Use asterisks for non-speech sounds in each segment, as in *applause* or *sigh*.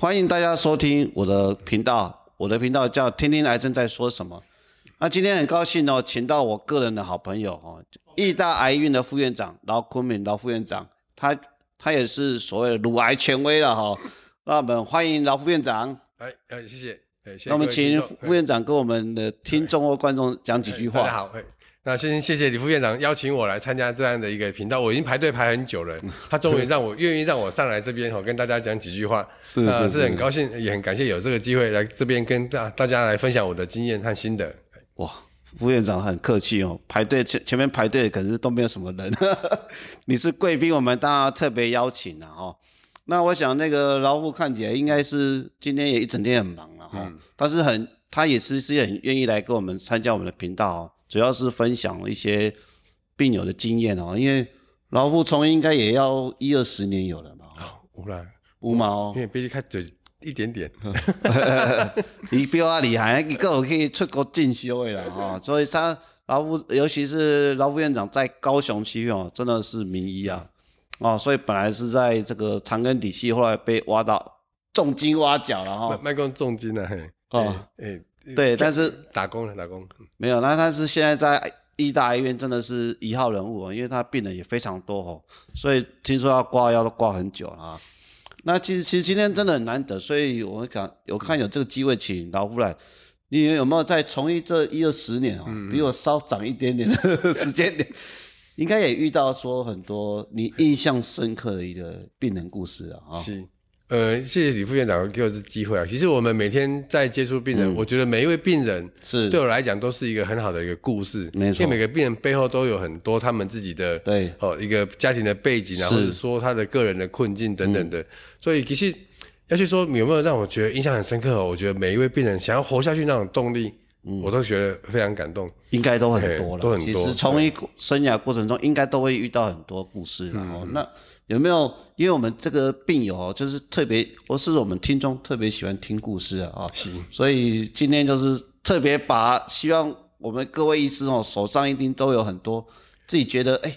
欢迎大家收听我的频道，我的频道叫“听听癌症在说什么”。那今天很高兴哦，请到我个人的好朋友哦，义大癌院的副院长劳坤敏劳副院长，他他也是所谓的乳癌权威了哈、哦。那我们欢迎劳副院长，哎哎，谢谢，哎，谢谢那我们各位听请众副院长跟我们的听众或观众讲几句哎大家话。好，哎，那先谢谢李副院长邀请我来参加这样的一个频道，我已经排队排 *laughs* 很久了，他终于让我愿意让我上来这边哦，跟大家讲几句话，是呃是是很高兴，也很感谢有这个机会来这边跟大大家来分享我的经验和心得。哇，副院长很客气哦，排队前前面排队可是都没有什么人， *laughs* 你是贵宾，我们当然要特别邀请了、哦。那我想那个劳副看起来应该是今天也一整天很忙了哈、哦，但是很他也是是很愿意来跟我们参加我们的频道、哦，主要是分享一些病友的经验哦，因为劳副从应该也要一二十年有了吧，哦无啦，五毛、哦因为比你开嘴一点点，伊比我厉害，伊个有去出国进修的啦吼、所以他劳副，尤其是劳副院长在高雄区哦，真的是名医啊，哦，所以本来是在这个长庚体系，后来被挖到重金挖角了哈、麦麦工重金了，嘿，哦哎，哎对但是打工了，打工，没有，那他是现在在医大医院真的是一号人物、哦，因为他病人也非常多哦，所以听说要挂药都挂很久了啊。那其实其实今天真的很难得，所以我想有看有这个机会请劳夫来，你有没有在从医这一二十年哦，比我稍长一点点的 *laughs* 时间点，应该也遇到说很多你印象深刻的一个病人故事啊、哦。是，呃，谢谢李副院长给我这机会啊。其实我们每天在接触病人，嗯我觉得每一位病人是对我来讲都是一个很好的一个故事，没错因为每个病人背后都有很多他们自己的对哦一个家庭的背景啊，是嗯或者说他的个人的困境等等的，所以其实要去说有没有让我觉得印象很深刻、哦，我觉得每一位病人想要活下去那种动力，嗯我都觉得非常感动。应该都很多了，嘿都很多其实从医生涯过程中，应该都会遇到很多故事嗯然后、哦那有没有？因为我们这个病友哦，就是特别，我是我们听众特别喜欢听故事啊、哦，所以今天就是特别把希望我们各位医师哦，手上一定都有很多自己觉得哎。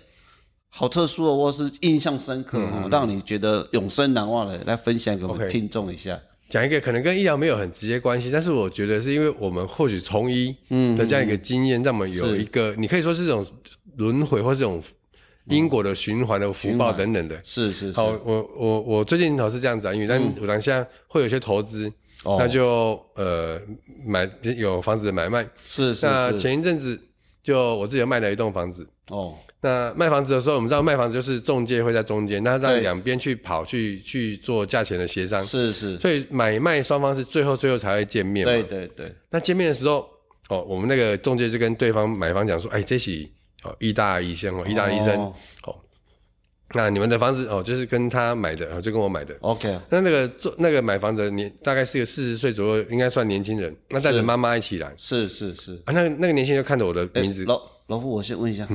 好特殊哦，或是印象深刻哦，让你觉得永生难忘的，来分享给我们嗯 OK 听众一下。讲一个可能跟医疗没有很直接关系，但是我觉得是因为我们或许从医嗯的这样一个经验，让我们有一个你可以说是这种轮回或这种嗯因果的循环的福报等等的。是是是，好，我我我最近好像是这样子啊，因为但我当下会有些投资，哦那就呃买有房子的买卖。是那是是，前一阵子就我自己有卖了一栋房子，哦，那卖房子的时候，我们知道卖房子就是中介会在中间，那对让两边去跑去去做价钱的协商。是是，所以买卖双方是最后最后才会见面嘛。对对对，那见面的时候，哦，我们那个中介就跟对方买方讲说，哎，这起哦，医大医生哦，医大医生哦哦那你们的房子哦，就是跟他买的，哦，就跟我买的。 OK，那那个做那个买房子的年大概是个四十岁左右，应该算年轻人。那带着妈妈一起来是是是。啊，那个那个年轻人就看着我的名字，哎嗯老老夫，我先问一下，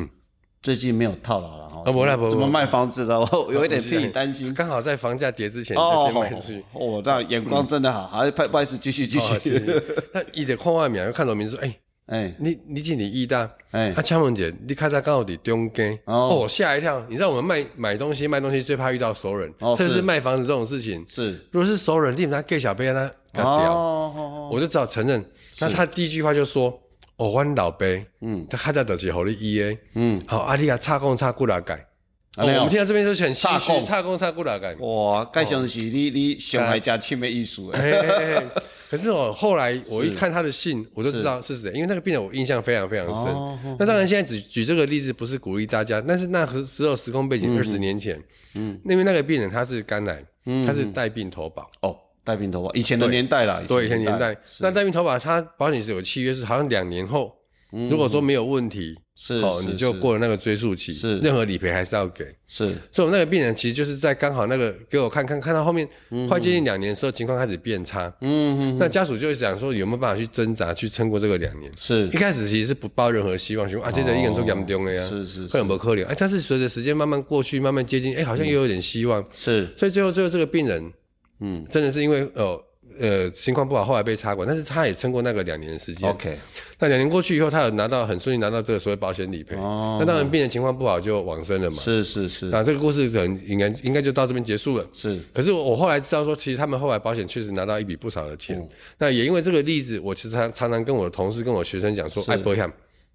最近没有套牢了哈？啊不啦不不怎么卖房子的？ *laughs* 我有一点不替是你担 *laughs* 心。哎刚好在房价跌之前就哦先买出去。，我那眼光真的好，还是拍不好意思，继续继嗯哦续。是 *laughs* 那伊得看我的名，就看着我名字说，哎， *laughs* 哎，你你进你医大，哎啊，强文姐，你开在刚好伫中间，哦哦，吓、一跳！你知道我们卖买东西卖东西最怕遇到熟人，哦特别是是卖房子这种事情。是如果是熟人，你们他 gay 小贝他哦 *laughs* 干掉，哦，哦我就只好承认。那他第一句话就说：“哦，我老贝，嗯，他开在得起好利益诶，嗯，好，阿丽啊，差共差过来改。”啊哦，我没有们听到这边都是很差唏共嘘，差共差过来改。哦哇，该想是哦你你上海加亲妹艺术哎，嘿嘿嘿嘿可是我后来我一看他的信，我就知道是谁，因为那个病人我印象非常非常深。哦那当然，现在只举这个例子不是鼓励大家，但是那时时候时空背嗯景二十年前，嗯，因为那个病人他是肝癌，嗯他是带病投保，哦，戴平头发，以前的年代啦，对，以的前年代，那带病投保他保险是有契约，是好像两年后，如果说没有问题，嗯是哦，是你就是过了那个追溯期，是任何理赔还是要给。是所以我们那个病人其实就是在刚好那个给我看看看到后面嗯快接近两年的时候，情况开始变差。嗯，那家属就想说有没有办法去挣扎去撑过这个两年？是哦一开始其实是不抱任何希望，说啊，这个一个人都严重的呀，是是是 *laughs* 嗯会很不可怜。哎，但是随着时间慢慢过去，慢 *laughs* 慢接近，哎，好像又有点希望。是所以最后最后这个病人，嗯，真的是因为呃呃情况不好，后来被插管，但是他也撑过那个两年的时间。 OK，那两年过去以后，他有拿到很顺利拿到这个所谓保险理赔。哦那当然，病人情况不好就往生了嘛。是是 *laughs* 是那这个故事可能应该应该就到这边结束了。是，可是我我后来知道说，其实他们后来保险确实拿到一笔不少的钱。嗯那也因为这个例子，我其实常常常跟我的同事、跟我学生讲说，哎，保险，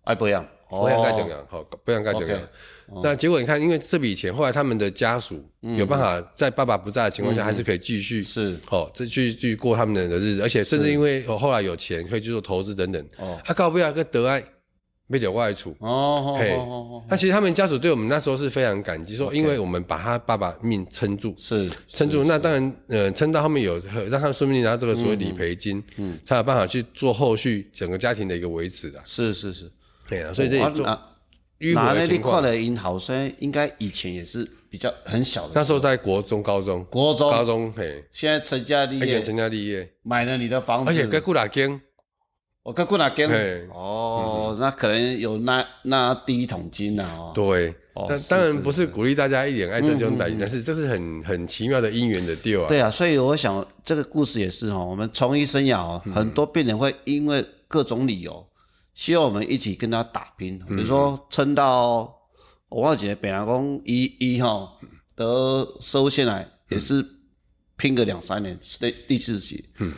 哎不一样，保险该怎哦样？啊好，保险该怎样 OK？哦那结果你看，因为这笔钱，后来他们的家属嗯有办法在爸爸不在的情况下，还是可以继续是哦，这去去过他们的日子，而且甚至因为我后来有钱可以去做投资等等。嗯哦他告不要个得爱，没点外出。哦哦嘿哦哦哦，那其实他们家属对我们那时候是非常感激，说因为我们把他爸爸命撑住，是嗯撑住，那当然，呃，撑到后面有让他顺便拿到这个所谓理赔金，才有办法去做后续整个家庭的一个维持的。是是是，对啊，所以这也做啊迂拿回那的地情跨况。的银行，虽然应该以前也是比较很小的，那时候在国中、高中、国中高中，嘿，现在成家立还给业，哦成家立业，买了你的房子，而且跟顾拉根，我跟过来跟嘿哦，那可能有那那第一桶金呐哦，对。哦那是嗯当然不是鼓励大家一脸爱这种歹但是这是很很奇妙的因缘的 deal 啊。对啊，所以我想这个故事也是哦，我们从医生涯哦，很多病人会因为各种理由，希望我们一起跟他打拼，比如说撑到我忘记了，本来讲一一哈得收线来也是拼个两三年，是第第四期，嗯，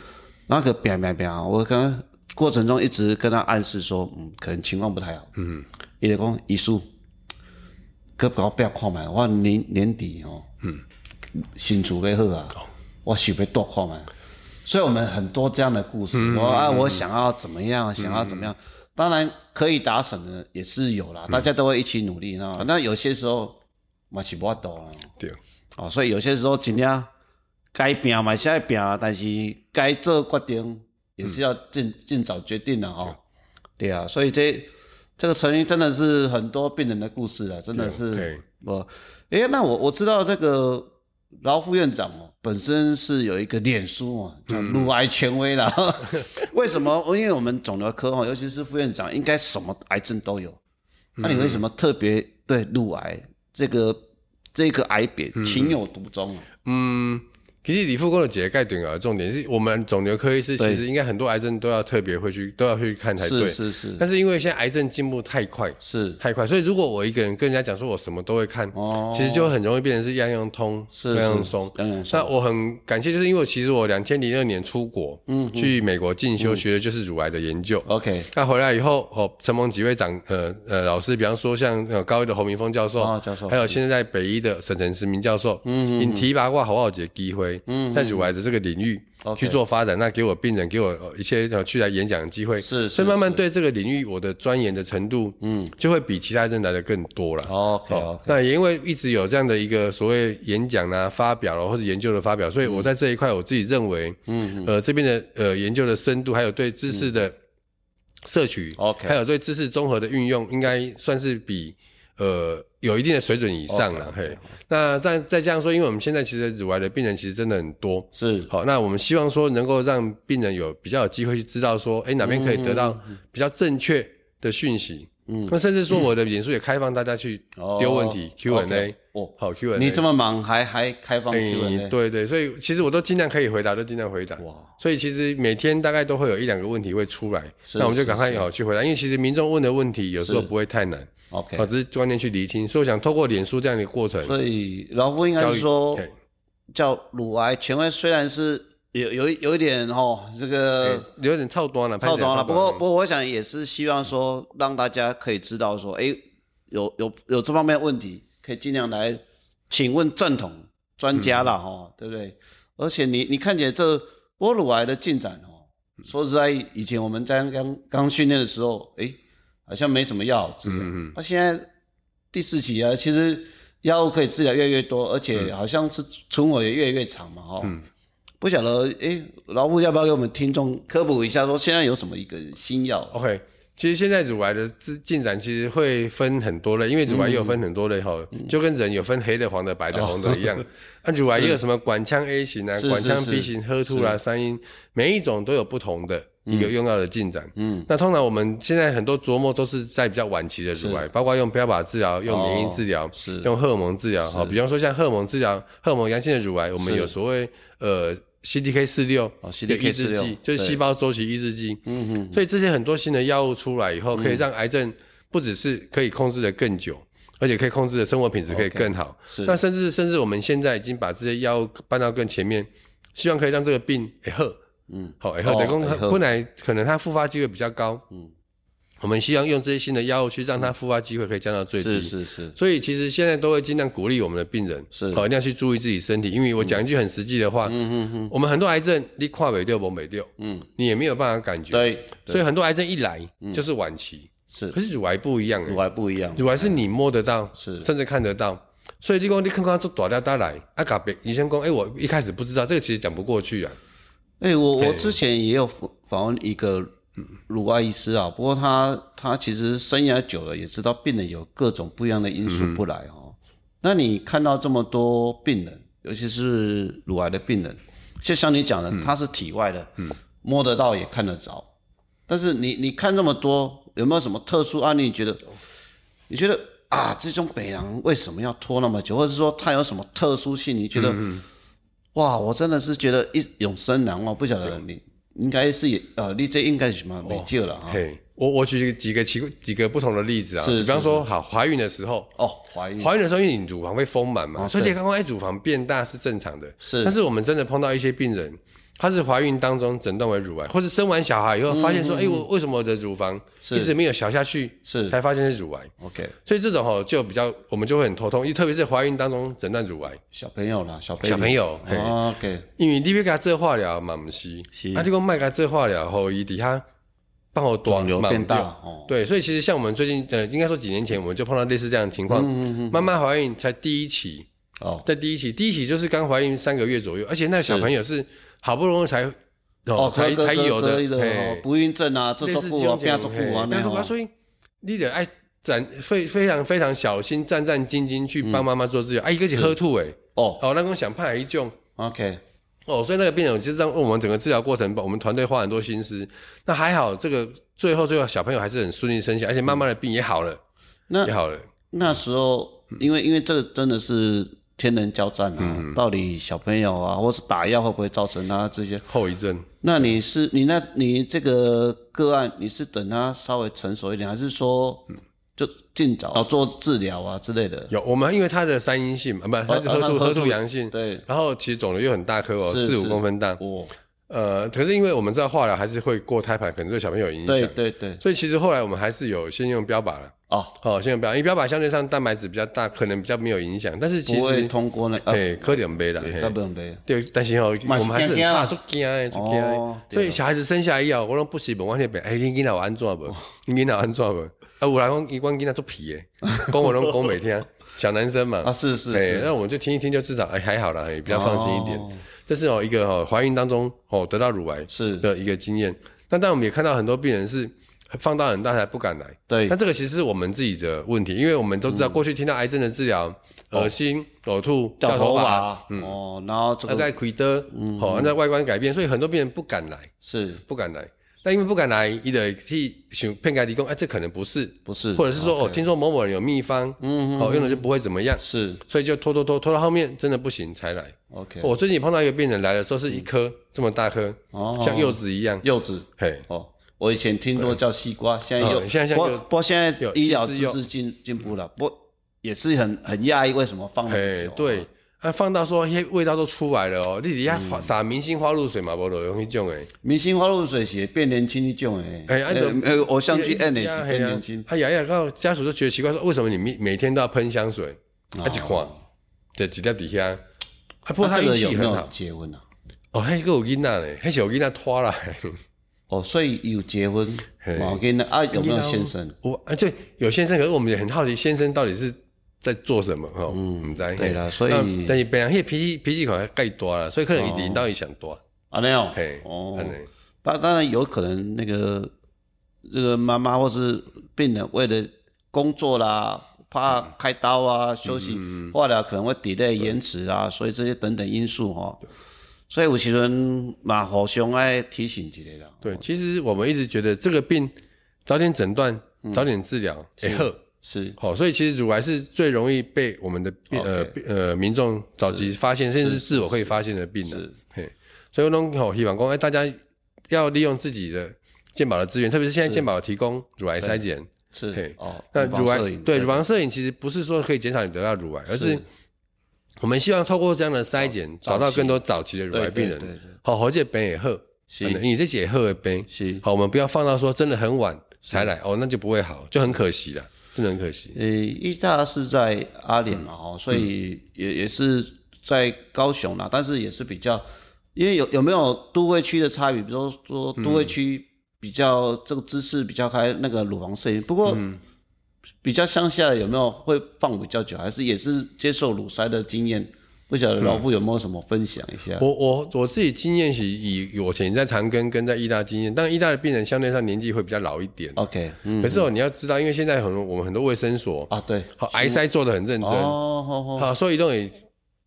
那个啪啪啪，我刚刚过程中一直跟他暗示说，嗯，可能情况不太好，嗯，伊就讲医术，可不要不要看嘛，我年年底哦，新竹要好啊，我想要多看嘛。所以我们很多这样的故事，我啊，我想要怎么样，想要怎么样，当然可以达成的也是有啦，大家都会一起努力，那那有些时候嘛是不多啦，对，哦，所以有些时候尽量该拼嘛是要拼，但是该做决定也是要尽尽早决定了哦，对啊，所以这这个成语真的是很多病人的故事啊，真的是对我，诶，那我我知道那个饶副院长哦，本身是有一个脸书哦，叫嗯乳癌权威 *laughs* 啦。为什么？因为我们肿瘤科哦，尤其是副院长，应该什么癌症都有。嗯那你为什么特别对乳癌这个这个癌别情有独钟啊？嗯，其实李富工的解盖顶啊，重点是我们肿瘤科医师其实应该很多癌症都要特别会去都要去看才哎对是。是是但是因为现在癌症进步太快是太快，所以如果我一个人跟人家讲说我什么都会看，哦，其实就很容易变成是样样通，是样样松。杨永那我很感谢，就是因为其实我两千零二年出国，嗯，去美国进修学的就是乳癌的研究。 OK 那回来以后，哦，承蒙几位长呃呃老师，比方说像呃高一的侯明峰教授，哦教授还有现在北医的沈晨石明教授，嗯，因提拔过好好几个机会，嗯，在乳癌的这个领域 OK 去做发展，那给我病人给我呃一些呃去来演讲的机会，是是所以慢慢对这个领域我的钻研的程度，嗯，就会比其他人来的更多了。 OK 哦 OK 那也因为一直有这样的一个所谓演讲啊、发表了、或者研究的发表，所以我在这一块我自己认为，嗯，呃，这边的呃研究的深度，还有对知识的摄取 OK 还有对知识综合的运用，应该算是比呃有一定的水准以上了。嘿，那再再加上说，因为我们现在其实乳癌的病人其实真的很多，是好，那我们希望说能够让病人有比较有机会去知道说，哎，哪边嗯可以得到比较正确的讯息。嗯，那甚至说我的脸书也开放大家去丢问题、Q&A，哦，好 Q&A。你这么忙还还开放 Q&A 哎，对对，所以其实我都尽量可以回答，都尽量回答。哇，所以其实每天大概都会有一两个问题会出来，是那我们就是赶快好去回答，因为其实民众问的问题有时候不会太难， OK 好，只是观念去厘清。所以我想透过脸书这样的过程，所以老夫应该教是育说嘿叫乳癌权威，虽然是有有一有一点哦，这个哎有点超端了，超懂了。嗯拍起来不过不过，我想也是希望说让大家可以知道说，哎，有有有这方面的问题，可以尽量来请问正统专家啦，哦，对不对？而且你你看起来这波乳癌的进展哦，说实在，以前我们在刚刚训练的时候，哎，好像没什么药好治疗，那、现在第四期啊，其实药物可以治疗越来越多，而且好像是存活也越来越长嘛，哦。不晓得，哎，老布要不要给我们听众科普一下，说现在有什么一个新药？ OK，其实现在乳癌的进进展其实会分很多类，因为乳癌也有分很嗯多类哈，就跟人有分黑的、黄的、白的、红的一样。 *laughs* 那乳癌也有什么管腔 A 型啊、是管腔是 B 型、HER2 啦、三阴，每一种都有不同的。一个用药的进展，嗯，那通常我们现在很多琢磨都是在比较晚期的乳癌，包括用标靶治疗、用免疫治疗、是用荷尔蒙治疗，哈，比方说像荷尔蒙治疗、荷尔蒙阳性的乳癌，我们有所谓呃 CDK 四六哦的抑 CDK 制46剂，就对是细胞周期抑制剂。嗯哼，所以这些很多新的药物出来以后，可以让癌症不只是可以控制的更久，而且可以控制的生活品质可以更好。是那甚至甚至我们现在已经把这些药物搬到更前面，希望可以让这个病哎呵，嗯，好哎呵，哦等于会说好本来可能它复发机会比较高，嗯，我们希望用这些新的药物去让它复发机会可以降到最低。嗯是是是，所以其实现在都会尽量鼓励我们的病人，是好、一定要去注意自己身体，因为我讲一句很实际的话，嗯嗯嗯，我们很多癌症你跨北六、不北六，嗯，你也没有办法感觉，，对，嗯所以很多癌症一来就是晚期，是可是乳癌不一样、欸，我还不一样，乳癌是你摸得到，是甚至看得到，所以你讲你看看做大掉大来，啊，甲别医生讲，哎、我一开始不知道，这个其实讲不过去啊，哎、我我之前也有访访问一个乳癌医师啊，不过他他其实生涯久了，也知道病人有各种不一样的因素不来哦。那你看到这么多病人，尤其是乳癌的病人，就像你讲的，他是体外的，嗯摸得到也看得着。但是你你看这么多，有没有什么特殊案例？你觉得你觉得啊，这种北洋为什么要拖那么久，或者是说它有什么特殊性？你觉得？嗯哇，我真的是觉得一永生难忘，不晓得你应该是也呃，你这应该是什么没救了啊？嘿，我我举几个奇几个不同的例子啊，是比方说，好，怀孕的时候，哦，怀孕怀孕的时候，因为你乳房会丰满嘛，哦所以对你刚刚哎，乳房变大是正常的。是但是我们真的碰到一些病人，她是怀孕当中诊断为乳嗯癌，或者生完小孩以后发现说，哎、我为什么我的乳房是一直没有小下去，是才发现是乳癌。 OK，所以这种哦，就比较我们就会很头痛，因为特别是怀孕当中诊断乳癌，小朋友啦，小朋小朋友，嘿哦 OK 因为你要给他做化疗嘛，不是，是啊，你讲卖给他做化疗后，伊底下帮我短肿瘤慢变大掉哦对，所以其实像我们最近，呃，应该说几年前我们就碰到类似这样的嗯情况，妈妈怀孕才第一期，哦在第一期，第一期就是刚怀孕三个月左右，而且那个小朋友是好不容易才哦，才哥哥才有哥的，哥哦嘿不孕症啊，这类做似不这啊，种变做情不啊，况嘿那但是种我啊所以你得爱展非非常非常小心，战战兢兢去帮妈妈做嗯治疗，啊，一个是喝吐诶，哦哦，那个想怕一种。 OK 哦，所以那个病人其实让我们整个治疗过程，我们团队花很多心思。那还好，这个最后最后小朋友还是很顺利生下，而且慢慢的病也好了，嗯那也好了。那时候，因为因为这个真的是天人交战啊，嗯到底小朋友啊，或是打药会不会造成他这些？后遗症那你是你那你这个个案，你是等他稍微成熟一点，还是说就尽早做治疗啊之类的？嗯有，我们因为他的三阴性嘛，啊不，他是哦喝他吐喝喝吐吐阳性，啊对，然后其实肿瘤又很大颗哦，是四五是公分大。哦，呃，可是因为我们知道化疗还是会过胎盘，可能对小朋友有影对响，对对，所以其实后来我们还是有先用标靶了。哦，哦，先用标靶，因为标靶相对上蛋白质比较大，可能比较没有影响，但是其不会实通过那啊，哎，可能没了，嘿根本没有对，但是吼、嘛我是们还是很怕怕怕，啊足惊的，足惊哦的。所对以小孩子生下来以后，我拢不是问我那边，哎、恁囡仔有安怎哦无？恁囡仔有安怎无？啊，有人讲伊讲囡仔足皮的，讲我拢讲 *laughs* 袂听，小男生嘛。啊，是是哎是，那我们就听一听，就至少哎、还好啦，也比较放心一点。哦这是哦一个哦怀孕当中哦得到乳癌是，的一个经验。那但我们也看到很多病人是放大很大才不敢来，对那，这个其实是我们自己的问题，因为我们都知道过去听到癌症的治疗，恶心、呕吐、哦掉头嗯头发，嗯哦，然后这大个概亏的，好、那、外观改变，所以很多病人不敢来，是不敢来。那因为不敢来，伊得去想骗家提供，哎、这可能不是，不是？或者是说哦，听说某某人有秘方，嗯，哦，用了就不会怎么样，是所以就拖拖拖拖到后面真的不行才来。 OK，我最近也碰到一个病人来的时候是一颗、这么大颗，嗯哦像柚子一样，柚子嘿，哦，我以前听说叫西瓜，现在又、嗯现在现在不有过不过现在有医疗西知施柚识进进步了，不过也是很很讶异为什么放那么嘿久、，哦对，啊，放到说些味道都出来了哦，你底嗯下撒明星花露水嘛，无路用迄种诶，明星花露水是变年轻一种诶，哎啊就呃，偶像剧哎 N 也是变呀年轻，，哎呀呀，然后家属就觉得奇怪，说为什么你每每天都要喷香水？啊，一看，这几粒底下，啊，不过那他哦这运个气有没很有好。结婚啊？哦，还有个有囡仔嘞，还小囡仔拖来。哦，所以有结婚，嘿我跟你啊有没有先生？我啊，对，有先生，可是我们也很好奇，先生到底是在做什么？哦，嗯，知道对啦嘿所以那但是本来那个脾气脾气可能盖多了，所以可能一引到一想多，啊那样嘿，哦这样，当当然有可能那个这个妈妈或是病人为了工作啦，怕开刀嗯啊、休息、化疗可能会 delay 延迟啊，所以这些等等因素哦。所以有时阵嘛，互相爱提醒一下啦。对，其实我们一直觉得这个病早点诊断，早点治疗，哎呵，嗯是好、所以其实乳癌是最容易被我们的病呃病呃民众早期发现，甚至是自我可以发现的病人。嘿，所以我拢吼希望讲，哎，大家要利用自己的健保的资源，特别是现在是健保提供乳癌筛检，是嘿哦，那乳房乳癌摄影对乳房摄影其实不是说可以减少你得到乳癌，而是我们希望透过这样的筛检，早找到期更多早期的乳对癌对病对对人。好，好这病也好，啊是你这也好的病，是。好，我们不要放到说真的很晚才来哦，那就不会好，就很可惜了，真的很可惜。呃，医大是在阿联嘛，哦，所嗯以也也是在高雄啦，但是也是比较，因为有有没有都会区的差别，比如说说都嗯会区比较这个知识比较开，那个乳房摄影，不过嗯比较乡下的有没有会放比较久，还是也是接受乳筛的经验？不晓得老嗯傅有没有什么分享一下？我我我自己经验是以以我以前在长庚跟在医大经验，但医大的病人相对上年纪会比较老一点。 OK，嗯，可是哦，你要知道，因为现在很多我们很多卫生所，啊对，好癌筛做的很认真，哦，好好，好，所以都会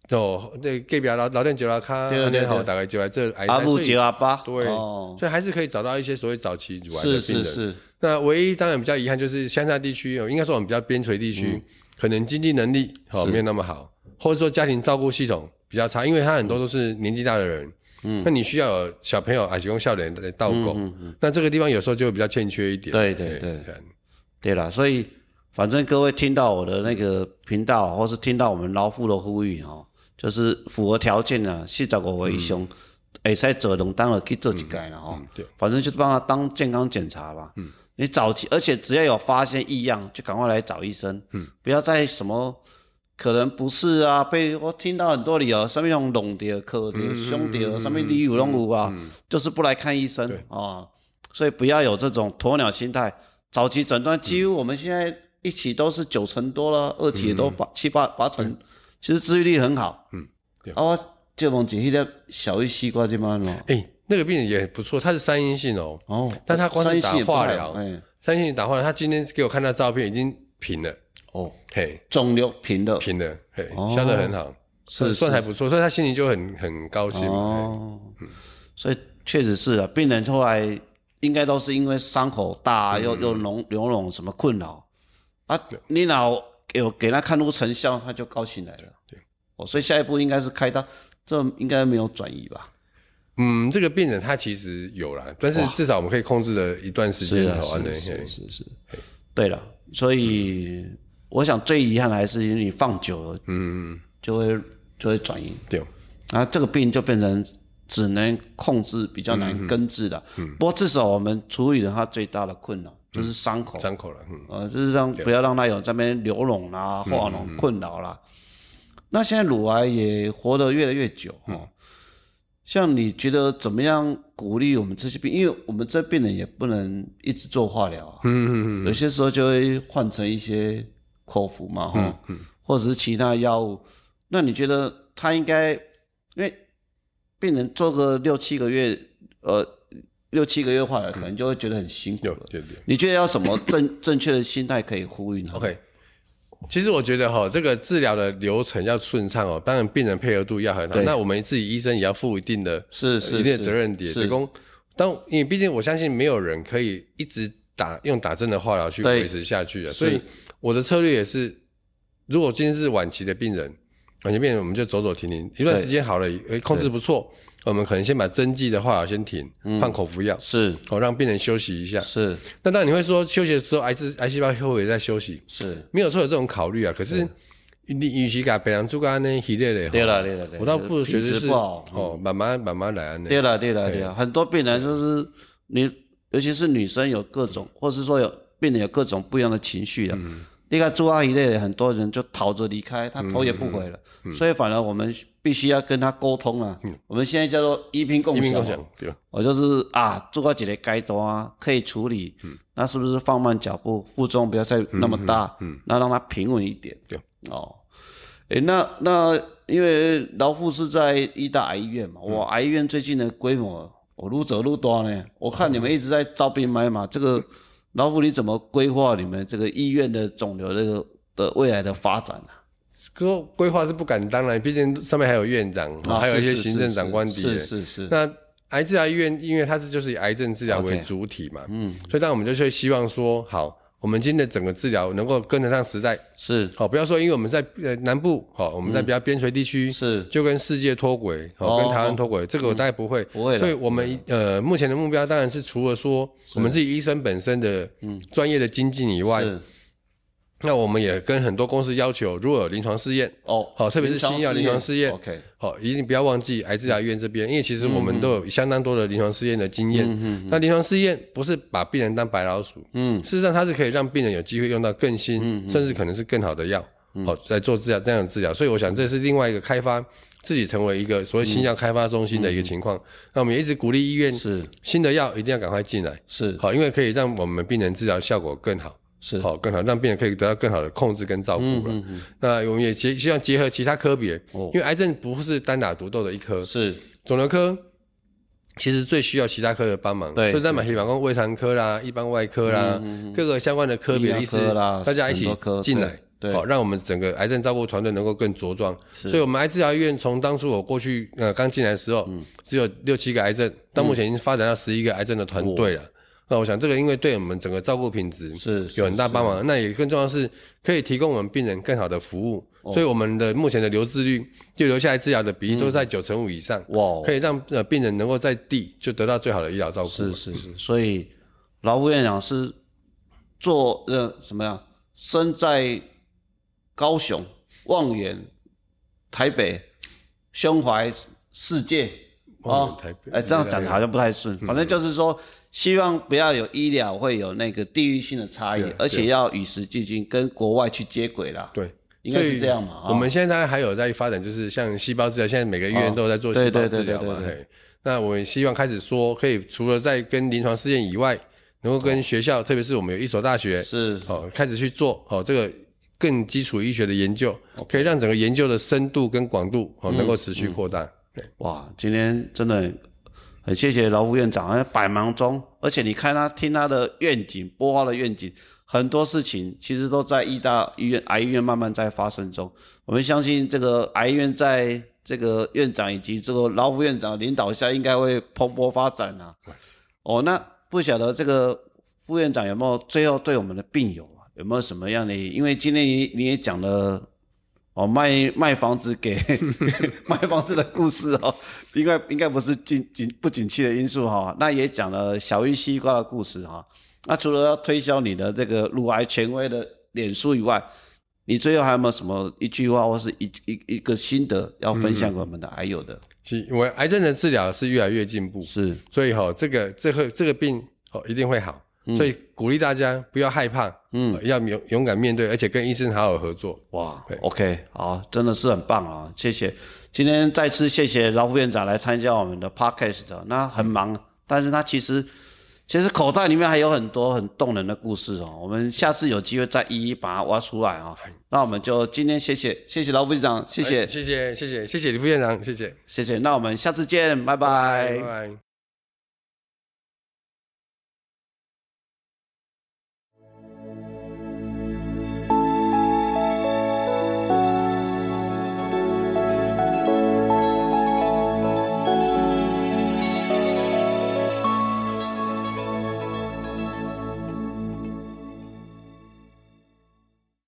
哦，那隔壁老老店酒来卡，对对对那好，大概就来这癌阿筛，布所杰以阿巴，对，哦，所以还是可以找到一些所谓早期乳癌的是病是人。是，那唯一当然比较遗憾就是乡下地区，哦应该说我们比较边陲地嗯区，可能经济能力哦没有那么好，或者说家庭照顾系统比较差，因为他很多都是年纪大的人。嗯，那你需要有小朋友还是用笑脸来倒嗯狗，那这个地方有时候就会比较欠缺一点。嗯对对对对啦，所以反正各位听到我的那个频道，或是听到我们老夫的呼吁哦，就是符合条件的四十五岁以上，会使做两当了去做一届了哦。对反正就帮他当健康检查吧。嗯，你早期，而且只要有发现异样，就赶快来找医生。嗯，不要再什么可能不是啊，被我听到很多理由，什么用弄掉、磕掉、胸掉，什么理由拢有啊，就是不来看医生啊、哦所以不要有这种鸵鸟心态，早期诊断几乎我们现在一起都是九成多了，二期也都八七八八成，其实治愈率很好。嗯，对啊，我这问一迄个小玉西瓜这嘛喏，哎、那个病人也不错，他是三阴性哦，哦，但他光是三星也不打化好疗哎。三阴性打化疗，他今天给我看到照片已经平了，哦，嘿，肿瘤平的平了，嘿哦，消得很好，是是算还不错，所以他心里就很很高兴嘛。哦，所以确实是啊，病人后来应该都是因为伤口大，又又脓流脓什么困扰啊，你脑有给他看出成效，他就高兴来了。对，哦，所以下一步应该是开刀，这应该没有转移吧？嗯，这个病人他其实有啦，但是至少我们可以控制了一段时间是啊，好安是内是嘿是是，啊对了，所以我想最遗憾的还是因为你放久了，嗯，就会就会转移。对，啊，这个病就变成只能控制，比较难根治的。不过至少我们处理了它最大的困扰，就是伤口，伤口了，嗯，呃，就是让不要让它有这边流脓啦、化脓困扰啦。那现在乳癌也活得越来越久哦。像你觉得怎么样鼓励我们这些病？因为我们这病人也不能一直做化疗啊，嗯嗯嗯，有些时候就会换成一些口服嘛，嗯哈、或者是其他药物。那你觉得他应该，因为病人做个六七个月，呃，六七个月化疗，可能就会觉得很辛苦有了。有有。你觉得要什么正正确的心态可以呼吁呢 OK，其实我觉得哈、这个治疗的流程要顺畅哦，当然病人配合度要很好。对那我们自己医生也要负一定的是是呃一定是的责任点，是提供。当因为毕竟我相信没有人可以一直打用打针的化疗去对维持下去的，啊所以我的策略也是，如果今天是晚期的病人，晚期病人我们就走走停停，一段时间好了，诶控制不错，我们可能先把针剂的化疗先停，嗯换口服药，是哦让病人休息一下。是那当然你会说休息之后癌细癌细胞会不会再休息？是，没有错，有这种考虑啊。可是你与其给北洋猪肝呢系列对的，了对了对了，我倒不如觉品得质是哦不好。哦，慢慢慢慢来啊。呢对了对了哎对了，很多病人就是你，尤其是女生有各种，或是说有病人有各种不一样的情绪的。你看朱阿姨类的很多人就逃着离开，她头也不回了，所以反而我们必须要跟她沟通啊。我们现在叫做医病共一享鸣嘛，共享，对吧？我就是啊，做到几个阶段啊，可以处理，嗯那是不是放慢脚步，负重不要再那么大，嗯，那让它平稳一点，对，哦，诶，那那因为劳富是在医大癌医院嘛，嗯我癌医院最近的规模，我愈走愈大呢，我看你们一直在招兵买哦马，这个劳富你怎么规划你们这个医院的肿瘤这个的未来的发展啊？说规划是不敢当然，毕竟上面还有院长，啊哦还有一是些是行是政是长官底是耶。是是，那癌治疗医院，因为它是就是以癌症治疗为 OK 主体嘛，嗯，所以当然我们就会希望说，好，我们今天的整个治疗能够跟得上时代，是好、不要说因为我们在呃南部，好、我们在比较边陲地区，是就跟世界脱轨，嗯哦嗯哦，跟台湾脱轨，这个我大概不会，不会啦所以我们呃目前的目标当然是除了说我们自己医生本身的嗯专业的精进以外，是那我们也跟很多公司要求，如果有临床试验，哦，好特别是新药临床试验，OK，好，一定不要忘记癌治疗医院这边，因为其实我们都有相当多的临床试验的经验。那临床试验不是把病人当白老鼠，嗯，事实上它是可以让病人有机会用到更新，甚至可能是更好的药，好、来做治疗这样的治疗。所以我想这是另外一个开发自己成为一个所谓新药开发中心的一个情况。那我们也一直鼓励医院是新的药一定要赶快进来，是好，因为可以让我们病人治疗效果更好。是好、更好，让病人可以得到更好的控制跟照顾了。那我们也结希望结合其他科别，嗯哦因为癌症不是单打独斗的一科，是肿瘤科其实最需要其他科的帮忙，对嗯所以在马蹄膀胱胃肠科啦、一般外科啦、各个相关的科别的医师泌尿科啦，大家一起很多科进来。对对好、让我们整个癌症照顾团队能够更茁壮。所以，我们癌治疗医院从当初我过去呃刚进来的时候，嗯只有六七个癌症，到目前已经发展到十一个癌症的团队嗯了。那我想，这个因为对我们整个照顾品质是有很大帮忙。那也更重要的是，可以提供我们病人更好的服务。哦所以我们的目前的留置率，就留下来治疗的比例都在九成五以上，嗯哇哦可以让呃病人能够在地就得到最好的医疗照顾。是是是，所以劳务院长是做呃什么呀？身在高雄、望远、台北、胸怀世界望啊远台，北嗯哎，这样讲好像不太顺，反正就是说，希望不要有医疗会有那个地域性的差异对，而且要与时俱进，跟国外去接轨啦。对，应该所是以这样嘛啊我们现在大概还有在发展，就是像细胞治疗，现在每个医院都有在做哦细对胞对治疗对对嘛。对对嘿那我们希望开始说，可以除了在跟临床试验以外，能够哦跟学校，特别是我们有一所大学，啊是哦，开始去做哦这个更基础医学的研究，可以让整个研究的深度跟广度嗯哦能够持续扩大。对哇，今天真的很很谢谢劳务院长，哎百忙中，而且你看他听他的愿景，播报的愿景，很多事情其实都在医大医院癌医院慢慢在发生中。我们相信这个癌医院在这个院长以及这个劳务院长领导下，应该会蓬勃发展啊。哦，那不晓得这个副院长有没有最后对我们的病友啊，有没有什么样的？因为今天你你也讲了。哦，卖卖房子给 *laughs* 卖房子的故事哦，应该应该不是景景不景气的因素哈、那也讲了小玉西瓜的故事哈、那除了要推销你的这个乳癌权威的脸书以外，你最后还有没有什么一句话或是一一一个心得要分享给我们的癌友的？其我癌症的治疗是越来越进步，是所以哈、哦这个这个这个病哦一定会好，嗯所以鼓励大家不要害怕，嗯，要勇勇敢面对，而且跟医生好好合作。哇对，OK，好，真的是很棒啊！谢谢，今天再次谢谢劳副院长来参加我们的 Podcast，那很忙，但是他其实其实口袋里面还有很多很动人的故事哦。我们下次有机会再一一把它挖出来啊、那我们就今天谢谢谢谢劳副院哎长，谢谢、哎谢谢谢谢谢谢李副院长，谢谢，谢谢，那我们下次见，拜拜拜。